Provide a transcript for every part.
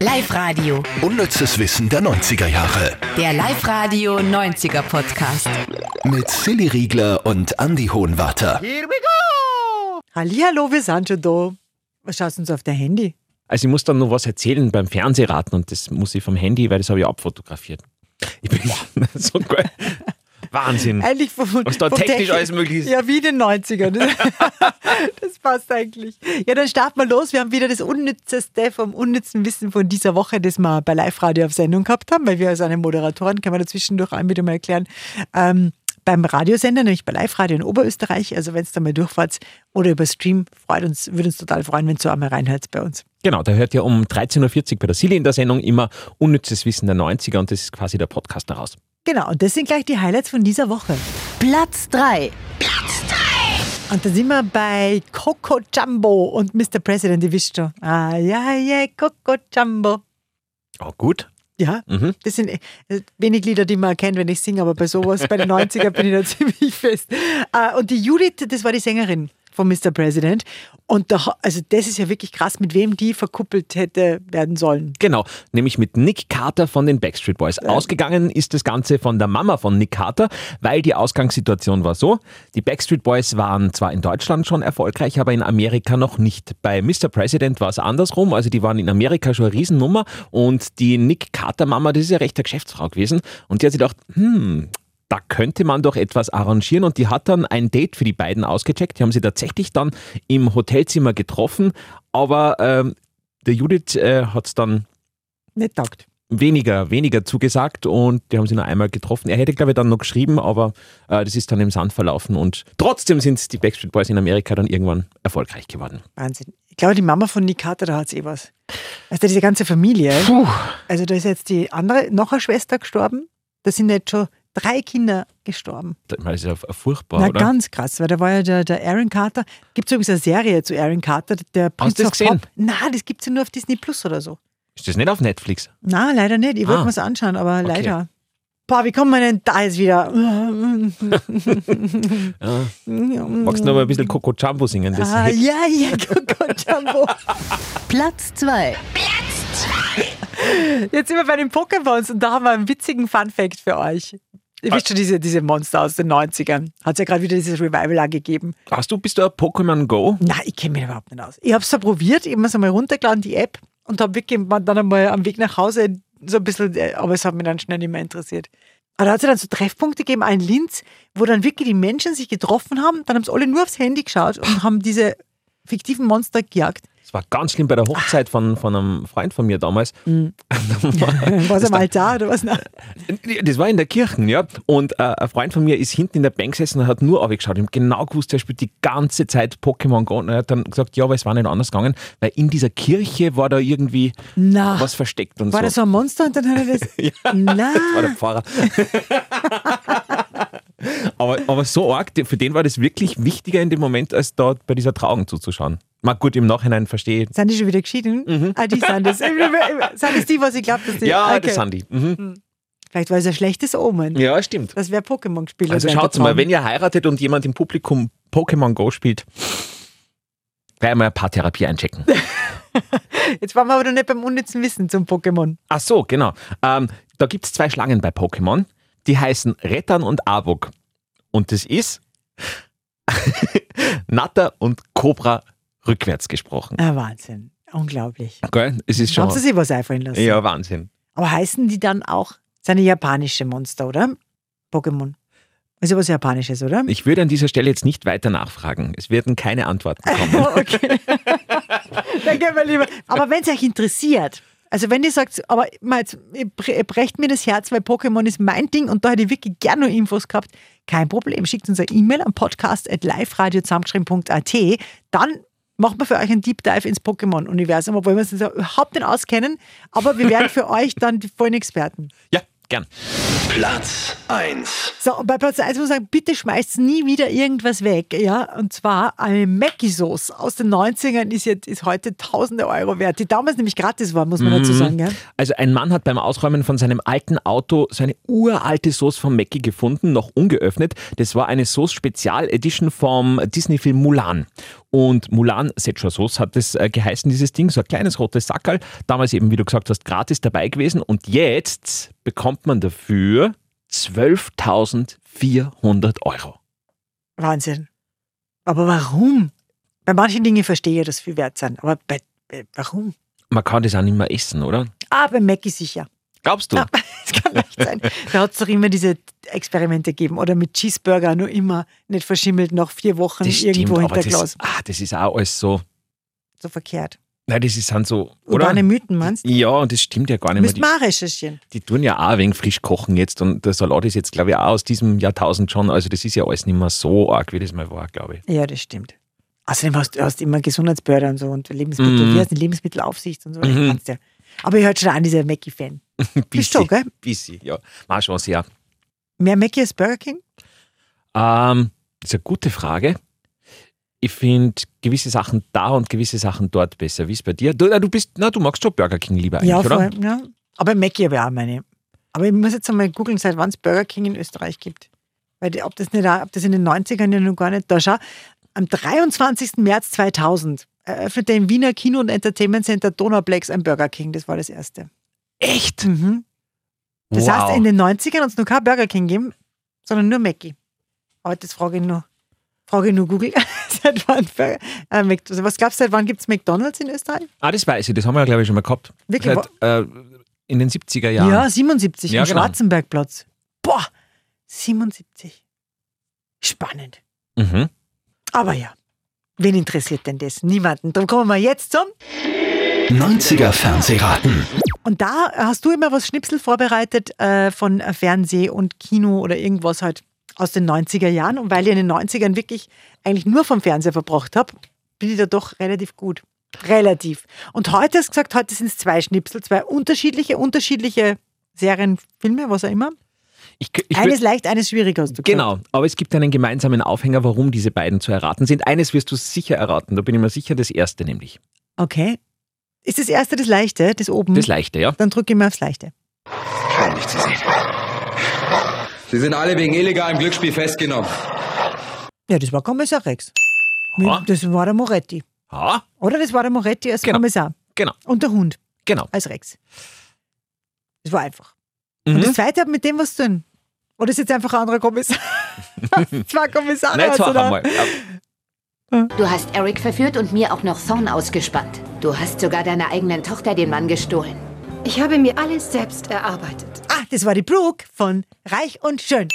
Live-Radio. Unnützes Wissen der 90er Jahre. Der Live-Radio 90er Podcast. Mit Silly Riegler und Andy Hohenwarter. Hallihallo, wir sind schon da. Was schaust du uns auf dein Handy? Also ich muss dann noch was erzählen beim Fernsehraten und das muss ich vom Handy, weil das habe ich abfotografiert. Ich bin so geil. Wahnsinn. Eigentlich vom, Was da vom technisch Techni- alles möglich ist. Ja, wie in den 90ern. Das passt eigentlich. Ja, dann starten wir los. Wir haben wieder das unnützeste vom unnützen Wissen von dieser Woche, das wir bei Live-Radio auf Sendung gehabt haben, weil wir als eine Moderatorin, kann man dazwischendurch auch wieder mal erklären, ähm, beim Radiosender, nämlich bei Live-Radio in Oberösterreich, also wenn es da mal durchfahrt oder über Stream, freut uns, würde uns total freuen, wenn du einmal reinhört bei uns. Genau, da hört ja um 13.40 Uhr bei der Silly in der Sendung immer unnützes Wissen der 90er und das ist quasi der Podcast daraus. Genau, und das sind gleich die Highlights von dieser Woche. Platz 3. Und da sind wir bei Coco Jumbo und Mr. President, ihr wisst schon. Ah, ja, ja, Coco Jumbo. Oh, gut. Ja, Mhm. das sind äh, wenig Lieder, die man erkennt, wenn ich singe, aber bei sowas, bei den 90er bin ich da ziemlich fest. Ah, und die Judith, das war die Sängerin von Mr. President. Und da, ha- also das ist ja wirklich krass, mit wem die verkuppelt hätte werden sollen. Genau, nämlich mit Nick Carter von den Backstreet Boys. Ausgegangen ist das Ganze von der Mama von Nick Carter, weil die Ausgangssituation war so, die Backstreet Boys waren zwar in Deutschland schon erfolgreich, aber in Amerika noch nicht. Bei Mr. President war es andersrum, also die waren in Amerika schon eine Riesennummer und die Nick Carter Mama, das ist ja recht eine Geschäftsfrau gewesen und die hat sich gedacht, hm... Da könnte man doch etwas arrangieren und die hat dann ein Date für die beiden ausgecheckt. Die haben sie tatsächlich dann im Hotelzimmer getroffen, aber ähm, der Judith äh, hat es dann Nicht taugt. weniger, weniger zugesagt und die haben sie nur einmal getroffen. Er hätte, glaube ich, dann noch geschrieben, aber äh, das ist dann im Sand verlaufen und trotzdem sind die Backstreet Boys in Amerika dann irgendwann erfolgreich geworden. Wahnsinn. Ich glaube, die Mama von Nick Carter, da hat eh was. Also diese ganze Familie. Puh, Also da ist jetzt die andere, noch eine Schwester gestorben. Da sind jetzt schon drei Kinder gestorben. das ist ja f- furchtbar, Na, oder? ganz krass, weil da war ja der, der Aaron Carter. Gibt es übrigens eine Serie zu Aaron Carter, der Prinz das of gesehen? Pop? Na, das gibt es ja nur auf Disney Plus oder so. Ist das nicht auf Netflix? Na, leider nicht. Ich wollte Ah. mir's anschauen, aber Okay. leider. Boah, wie kommt man denn da jetzt wieder? Ja. Magst du noch mal ein bisschen Coco Jumbo singen? Das Ah, ja, ja, oh Gott, Jumbo. Platz 2. Jetzt sind wir bei den Pokémons und da haben wir einen witzigen Fun-Fact für euch. Ihr wisst schon, diese, diese Monster aus den 90ern. Hat es ja gerade wieder dieses Revival auch gegeben. Hast du, bist du ein Pokémon Go? Nein, ich kenne mich überhaupt nicht aus. Ich habe es da probiert, ich habe mir es einmal runtergeladen, die App, und habe wirklich mal- dann einmal am Weg nach Hause so ein bisschen, äh, aber es hat mich dann schnell nicht mehr interessiert. Aber da hat es ja dann so Treffpunkte gegeben, einen Linz, wo dann wirklich die Menschen sich getroffen haben, dann haben sie alle nur aufs Handy geschaut und haben diese fiktiven Monster gejagt. Das war ganz schlimm bei der Hochzeit von, von einem Freund von mir damals. Mhm. War es am Altar oder was? Nein. Das war in der Kirche, ja. Und äh, ein Freund von mir ist hinten in der Bank gesessen und hat nur aufgeschaut. Ich habe genau gewusst, er spielt die ganze Zeit Pokémon Go. Und er hat dann gesagt, ja, weil es war nicht anders gegangen, weil in dieser Kirche war da irgendwie Na. was versteckt und War das so. so ein Monster und dann hat er das. War der Nein. Pfarrer. aber, aber so arg, für den war das wirklich wichtiger in dem Moment, als dort bei dieser Trauung zuzuschauen. Na gut, im Nachhinein verstehe ich. Sind die schon wieder geschieden? Ah, die sind das. Sind das die, was ich glaube, dass die. Mhm. Ja, okay. das sind die. Mhm. Vielleicht war es ein schlechtes Omen. Ja, stimmt. Das wäre Pokémon gespielt. Also schaut mal, wenn ihr heiratet und jemand im Publikum Pokémon Go spielt, gleich mal ein paar Therapie einchecken. Jetzt waren wir aber noch nicht beim unnützen Wissen zum Pokémon. Ach so, genau. Ähm, da gibt es zwei Schlangen bei Pokémon. Die heißen Rettern und Arbok. Und das ist Natter und Cobra rückwärts gesprochen. Ah, Wahnsinn. Unglaublich. Gell? Es ist schon. Haben sie sich was einfallen lassen? Ja, Wahnsinn. Aber heißen die dann auch, seine japanische Monster, oder? Pokémon. Also was Japanisches, oder? Ich würde an dieser Stelle jetzt nicht weiter nachfragen. Es werden keine Antworten kommen. Oh, okay. dann gehen wir lieber. Aber wenn es euch interessiert, also wenn ihr sagt, aber mal jetzt, ihr bre- ihr brecht mir das Herz, weil Pokémon ist mein Ding und da hätte ich wirklich gerne noch Infos gehabt, kein Problem. Schickt uns eine E-Mail an podcast.liferadio.at. Dann machen wir für euch einen Deep Dive ins Pokémon-Universum, obwohl wir uns jetzt überhaupt nicht auskennen, aber wir werden für euch dann die vollen Experten. ja, Gern. Platz 1. So, und bei Platz 1 muss ich sagen, bitte schmeißt nie wieder irgendwas weg. Ja, und zwar eine Mackie-Sauce aus den 90ern ist, jetzt, ist heute tausende Euro wert, die damals nämlich gratis war, muss man dazu sagen. Ja? Also ein Mann hat beim Ausräumen von seinem alten Auto seine uralte Sauce von Mackie gefunden, noch ungeöffnet. Das war eine Sauce Spezial Edition vom Disney-Film Mulan. Und Mulan Szechuan Sauce hat es äh, geheißen, dieses Ding, so ein kleines rotes Sackerl. Damals eben, wie du gesagt hast, gratis dabei gewesen. Und jetzt bekommt man dafür 12.400 Euro. Wahnsinn. Aber warum? Bei manchen Dingen verstehe ich, dass sie viel wert sind, aber bei, bei, warum? Man kann das auch nicht mehr essen, oder? Ah, bei Mackie sicher. Glaubst Ah, du? Das kann leicht sein. Da hat es doch immer diese Experimente gegeben. Oder mit Cheeseburger, nur immer nicht verschimmelt, nach vier Wochen das irgendwo stimmt, aber hinter Glas. das, ah, das ist auch alles so. So verkehrt. Nein, das ist dann so, Oder? oder? Urbane Mythen, meinst du? Ja, und das stimmt ja gar nicht mehr. Müsst Die, mal recherchieren. die tun ja auch wegen frisch kochen jetzt und der Salat ist jetzt, glaube ich, auch aus diesem Jahrtausend schon. Also, das ist ja alles nicht mehr so arg, wie das mal war, glaube ich. Ja, das stimmt. Außerdem hast du hast immer Gesundheitsbehörde und so und Lebensmittel, Mhm. wie heißt die Lebensmittelaufsicht und so. das kannst du ja. Aber ich hört schon an, dieser Mackie-Fan. Bist du, gell? Bissi, ja. Mal Chance, ja. Mehr Mackie als Burger King? Ähm, das ist eine gute Frage. Ich finde gewisse Sachen da und gewisse Sachen dort besser. Wie ist bei dir? Du, na, du bist, na, du magst schon Burger King lieber eigentlich, ja, oder? voll. Ja. Aber Mackie habe ich auch meine. Aber ich muss jetzt einmal googeln, seit wann es Burger King in Österreich gibt. Weil die, ob, das nicht, auch- ob das in den 90ern ja noch gar nicht. Da schau, am 23. März 2000 eröffnete im Wiener Kino- und Entertainment Center Donauplex ein Burger King. Das war das erste. Echt? Mhm. Das wow. heißt, in den 90ern hat es noch kein Burger King gegeben, sondern nur Mackie. Aber das frage ich nur. Frage ich nur Google. seit wann Burger, äh, Mc- also was glaubst du, seit wann gibt es McDonalds in Österreich? ah, das weiß ich, das haben wir, glaube ich, schon mal gehabt. Wirklich? Seit, äh, in den 70er Jahren. Ja, 77 Ja, am genau. Schwarzenbergplatz. Boah, 77. Spannend. Mhm. Aber ja, wen interessiert denn das? Niemanden. Dann kommen wir jetzt zum. 90er Fernsehraten. Und da hast du immer was Schnipsel vorbereitet äh, von Fernseh und Kino oder irgendwas halt aus den 90er Jahren. Und weil ich in den 90ern wirklich eigentlich nur vom Fernseher verbracht habe, bin ich da doch relativ gut. Relativ. Und heute hast du gesagt, heute sind es zwei Schnipsel, zwei unterschiedliche, unterschiedliche Serien, Filme, was auch immer. Ich, ich eines leicht, eines schwierig hast du gesagt. Genau, aber es gibt einen gemeinsamen Aufhänger, warum diese beiden zu erraten sind. Eines wirst du sicher erraten, da bin ich mir sicher, das erste nämlich. Okay. Ist das erste das Leichte, das oben? Das leichte, ja? Dann drücke ich mal aufs Leichte. Sie sind alle wegen illegalem Glücksspiel festgenommen. Ja, das war Kommissar Rex. Ja. Das war der Moretti. Ha? Oder das war der Moretti als Genau. Kommissar. Genau, Und der Hund genau. als Rex. Das war einfach. Mhm. Und das zweite hat mit dem was zu tun. Oder ist jetzt einfach ein anderer Kommissar? Zwei Kommissare. Nein, jetzt Äh, also war da- einmal. Du hast Eric verführt und mir auch noch Thorn ausgespannt. Du hast sogar deiner eigenen Tochter den Mann gestohlen. Ich habe mir alles selbst erarbeitet. Ah, das war die Brooke von Reich und Schön.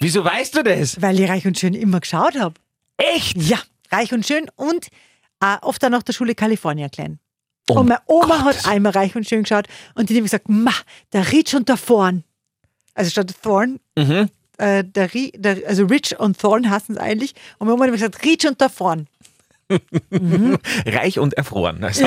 Wieso weißt du das? Weil ich Reich und Schön immer geschaut habe. Echt? Ja, Reich und Schön und äh, oft dann nach der Schule Kalifornien klein. Um und meine Oma Gottes hat einmal Reich und Schön geschaut und die hat gesagt, ma, der Rich und der Thorn. Also statt Thorn, Mhm. äh, der, Ri- der, also Rich und Thorn hassen es eigentlich. Und meine Oma hat immer gesagt, Rich und der Thorn. Reich und erfroren. Also,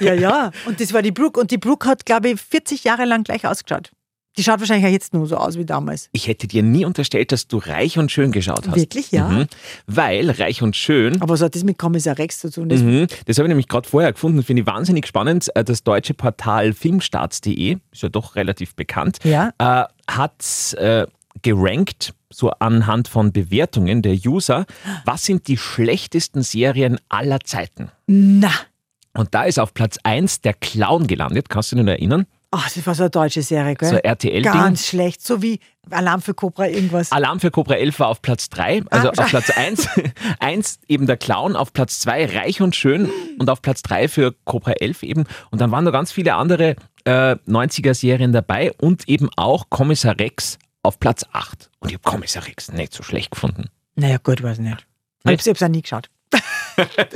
Ja, ja. Und das war die Brooke. Und die Brooke hat, glaube ich, 40 Jahre lang gleich ausgeschaut. Die schaut wahrscheinlich auch jetzt nur so aus wie damals. Ich hätte dir nie unterstellt, dass du reich und schön geschaut hast. Wirklich, ja. Mhm. Weil reich und schön Aber was hat das mit Kommissar Rex zu tun? Das Mhm. Das habe ich nämlich gerade vorher gefunden, finde ich wahnsinnig spannend. Äh, Das deutsche Portal filmstarts.de, ist ja doch relativ bekannt, Ja. äh, hat äh, gerankt, so anhand von Bewertungen der User, was sind die schlechtesten Serien aller Zeiten. Na, Und da ist auf Platz 1 der Clown gelandet, kannst du dich noch erinnern? ach, ah, das war so eine deutsche Serie, gell? So ein RTL-Ding. Ganz schlecht, so wie Alarm für Cobra irgendwas. Alarm für Cobra 11 war auf Platz 3, also Ah. auf Platz 1, 1 eben der Clown, auf Platz 2 Reich und Schön und auf Platz 3 für Cobra 11 eben. Und dann waren noch ganz viele andere äh, 90er-Serien dabei und eben auch Kommissar Rex auf Platz 8. Und ich habe Kommissar Rex nicht so schlecht gefunden. Naja, gut, weiß nicht. Aber Ich hab's auch nie geschaut.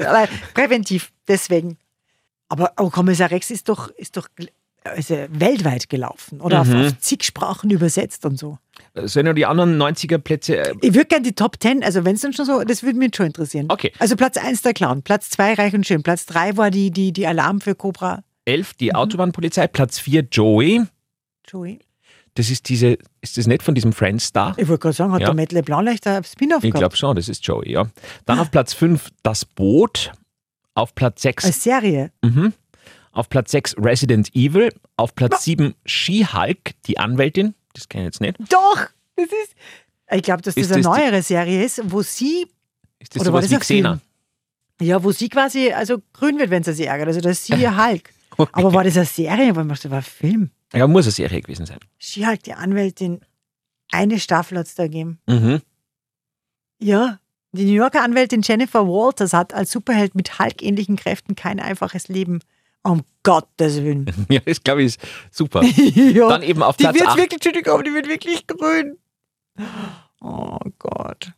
Aber präventiv, deswegen. Aber oh, Kommissar Rex ist doch, ist doch gl- also weltweit gelaufen oder Mhm. auf, auf zig Sprachen übersetzt und so. Äh, Sollen wir die anderen 90er-Plätze... Äh, Ich würde gerne die Top Ten, also wenn es dann schon so, das würde mich schon interessieren. Okay. Also Platz 1 der Clown, Platz 2 Reich und Schön, Platz 3 war die, die, die Alarm für Cobra. 11 die Autobahnpolizei, Platz 4 Joey, Joey? Das ist diese, ist das nicht von diesem Friends-Star? Ich wollte gerade sagen, hat Ja. der Matt LeBlanc leicht ein Spin-off Ich gehabt? glaube schon, das ist Joey, ja. Ah. Dann auf Platz 5 das Boot, auf Platz 6 Als Serie. auf Platz 6 Resident Evil, auf Platz 7 She-Hulk, die Anwältin, das kenne ich jetzt nicht. Doch! Das ist. Ich glaube, dass das Ist eine das die- neuere Serie ist, wo sie, Ist das Oder war sowas das wie ein Film? Xena? ja, wo sie quasi also grün wird, wenn sie sich ärgert. Also da ist sie ihr Hulk. Okay. Aber war das eine Serie? Weil man dachte, war ein Film. Ja, muss eine Serie gewesen sein. Sie Hulk, die Anwältin, eine Staffel hat es da gegeben. Mhm. Ja. Die New Yorker Anwältin Jennifer Walters hat als Superheld mit Hulk-ähnlichen Kräften kein einfaches Leben. Um Gottes Willen. Ja, das glaube ich ist super. ja. Dann eben auf Die Platz wird 8. wirklich, Entschuldigung, aber die wird wirklich grün. Oh Gott.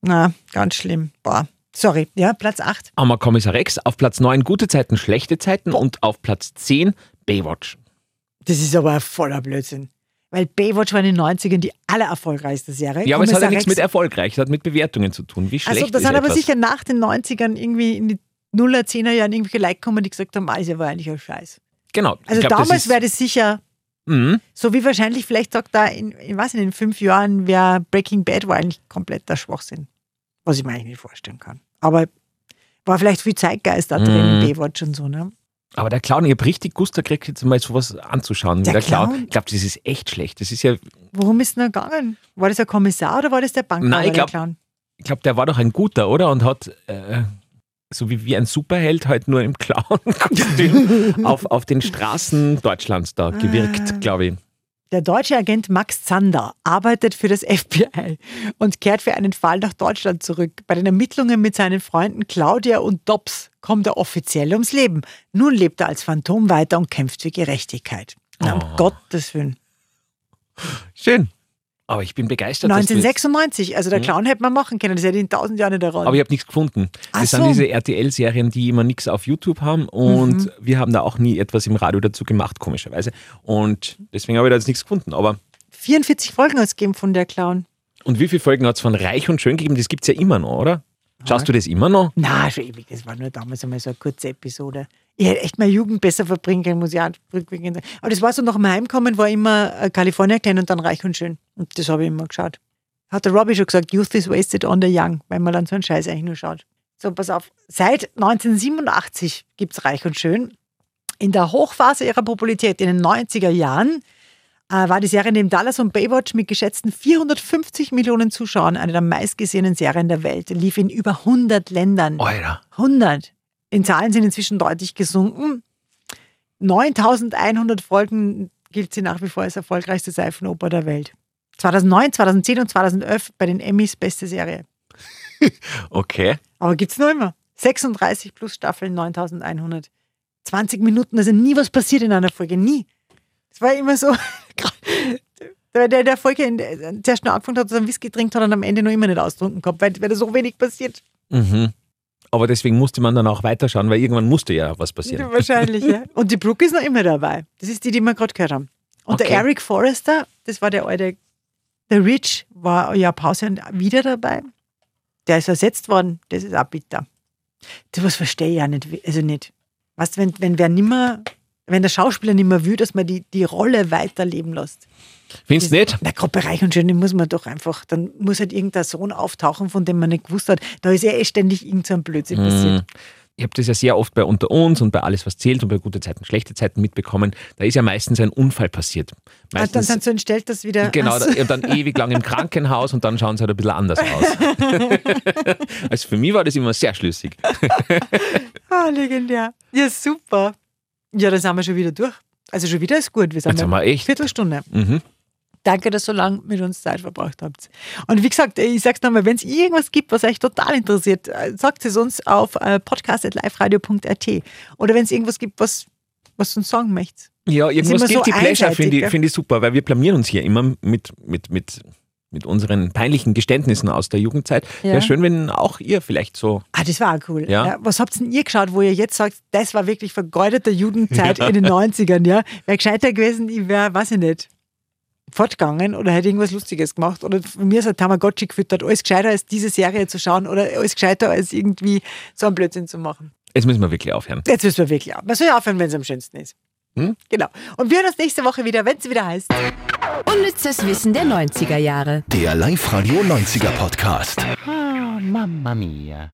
Na, ganz schlimm. Boah. Sorry. Ja, Platz 8. Ammer Kommissar Rex, auf Platz 9 gute Zeiten, schlechte Zeiten und auf Platz 10 Baywatch. Das ist aber ein voller Blödsinn. Weil Baywatch war in den 90ern die allererfolgreichste Serie. Ja, aber es hat ja Kommissar nichts Rex- mit erfolgreich, es hat mit Bewertungen zu tun. Wie schlecht Also, das ist sind aber etwas? sicher nach den 90ern irgendwie in die Nuller, Zehner Jahren irgendwelche Leute gekommen, die gesagt haben, "Ah, alles war eigentlich ein Scheiß. Genau. ich Also glaub, damals das wäre ist, das sicher, Mhm. so wie wahrscheinlich vielleicht sagt da in, in was in den fünf Jahren wäre Breaking Bad war eigentlich kompletter Schwachsinn. Was ich mir eigentlich nicht vorstellen kann. Aber war vielleicht viel Zeitgeist da drin, Mm. Baywatch und so, ne? Aber der Clown, ich habe richtig Guster gekriegt, jetzt mal sowas anzuschauen. Der, Der der Clown. Clown? Ich glaube, das ist echt schlecht. Das ist ja, Worum ist denn da gegangen? War das ein Kommissar oder war das der Bankräuber, Nein, ich der glaub- Clown? ich glaube, der war doch ein guter, oder? Und hat, äh, so wie, wie ein Superheld, halt nur im Clown-Kostüm auf, auf den Straßen Deutschlands da Ah. gewirkt, glaube ich. Der deutsche Agent Max Zander arbeitet für das FBI und kehrt für einen Fall nach Deutschland zurück. Bei den Ermittlungen mit seinen Freunden Claudia und Dobbs kommt er offiziell ums Leben. Nun lebt er als Phantom weiter und kämpft für Gerechtigkeit. Na, Oh. um Gottes Willen. Schön. Aber ich bin begeistert. dass du jetzt- 1996, also der Clown hätte man machen können, das hätte in tausend Jahren nicht erraten. Mhm. Aber ich habe nichts gefunden. Das Ach sind so. diese RTL-Serien, die immer nichts auf YouTube haben und Mhm. wir haben da auch nie etwas im Radio dazu gemacht, komischerweise. Und deswegen habe ich da jetzt nichts gefunden. Aber 44 Folgen ausgegeben von der Clown. und wie viele Folgen hat es von Reich und Schön gegeben? Das gibt es ja immer noch, oder? Schaust du das immer noch? Na, schon ewig, das war nur damals einmal so eine kurze Episode. Ich hätte echt meine Jugend besser verbringen können, muss ich auch rückwirkend sagen. Aber das war so, nach dem Heimkommen war immer äh, Kalifornien klein und dann reich und schön. Und das habe ich immer geschaut. Hat der Robbie schon gesagt, Youth is wasted on the young, weil man dann so einen Scheiß eigentlich nur schaut. So, pass auf. Seit 1987 gibt es reich und schön. In der Hochphase ihrer Popularität in den 90er Jahren äh, war die Serie neben Dallas und Baywatch mit geschätzten 450 Millionen Zuschauern eine der meistgesehenen Serien der Welt. Lief in über 100 Ländern. Alter. 100. In Zahlen sind inzwischen deutlich gesunken. 9100 Folgen gilt sie nach wie vor als erfolgreichste Seifenoper der Welt. 2009, 2010 und 2011 bei den Emmys beste Serie. Okay. Aber gibt's noch immer. 36 plus Staffeln, 9100. 20 Minuten, also nie was passiert in einer Folge, nie. Das war immer so. Der, der, der Folge in der, der schnell angefangen hat, dass er einen Whisky trinkt hat und am Ende noch immer nicht ausgetrunken gehabt, weil, weil da so wenig passiert. Mhm. Aber deswegen musste man dann auch weiterschauen, weil irgendwann musste ja was passieren. Wahrscheinlich, ja. Und die Brooke ist noch immer dabei. Das ist die, die wir gerade gehört haben. Und Okay. der Eric Forrester, das war der alte, der Rich, war ja Pause und wieder dabei. Der ist ersetzt worden. Das ist auch bitter. Du, was verstehe ich ja nicht. wie- Also nicht. Weißt du, wenn, wenn wer nimmer, wenn der Schauspieler nimmer will, dass man die, die Rolle weiterleben lässt. Findest du nicht? Na, gerade bei Reich und Schön, den muss man doch einfach, dann muss halt irgendein Sohn auftauchen, von dem man nicht gewusst hat. Da ist ja eh ständig irgendein so ein Blödsinn Hm, passiert. Mhm. Ich habe das ja sehr oft bei Unter uns und bei Alles, was zählt und bei gute Zeiten, schlechte Zeiten mitbekommen. Da ist ja meistens ein Unfall passiert. Ah, dann Meistens sind so entstellt, dass wieder. Genau, Ach so. da- und dann ewig lang im Krankenhaus und dann schauen sie halt ein bisschen anders aus. also für mich war das immer sehr schlüssig. Ah, legendär. Ja, super. Ja, dann sind wir schon wieder durch. Also schon wieder ist gut. Wir sind Jetzt bei haben wir echt. Viertelstunde. Mhm. Danke, dass ihr so lange mit uns Zeit verbracht habt. Und wie gesagt, ich sag's nochmal, wenn es irgendwas gibt, was euch total interessiert, äh, sagt es uns auf äh, podcast.liferadio.at. Oder wenn es irgendwas gibt, was, was du uns sagen möchtest. Ja, irgendwas immer so Guilty Pleasure einseitig, finde ich, gell? find ich super, weil wir blamieren uns hier immer mit, mit, mit, mit unseren peinlichen Geständnissen aus der Jugendzeit. Ja. Wäre schön, wenn auch ihr vielleicht so. Ah, das war auch cool. Ja. was habt denn ihr geschaut, wo ihr jetzt sagt, das war wirklich vergeudete Jugendzeit in den 90ern, ja? Wäre gescheiter gewesen, ich wäre, weiß ich nicht, fortgegangen oder hätte irgendwas Lustiges gemacht oder von mir ist ein Tamagotchi gefüttert. Alles gescheiter als diese Serie zu schauen oder alles gescheiter als irgendwie so einen Blödsinn zu machen. Jetzt müssen wir wirklich aufhören. Jetzt wissen wir wirklich ab. Man soll ja aufhören, wenn es am schönsten ist. Genau. Und wir hören uns nächste Woche wieder, wenn es wieder heißt. Unnützes Wissen der 90er Jahre. Der Live-Radio 90er Podcast. Ah, Mamma mia.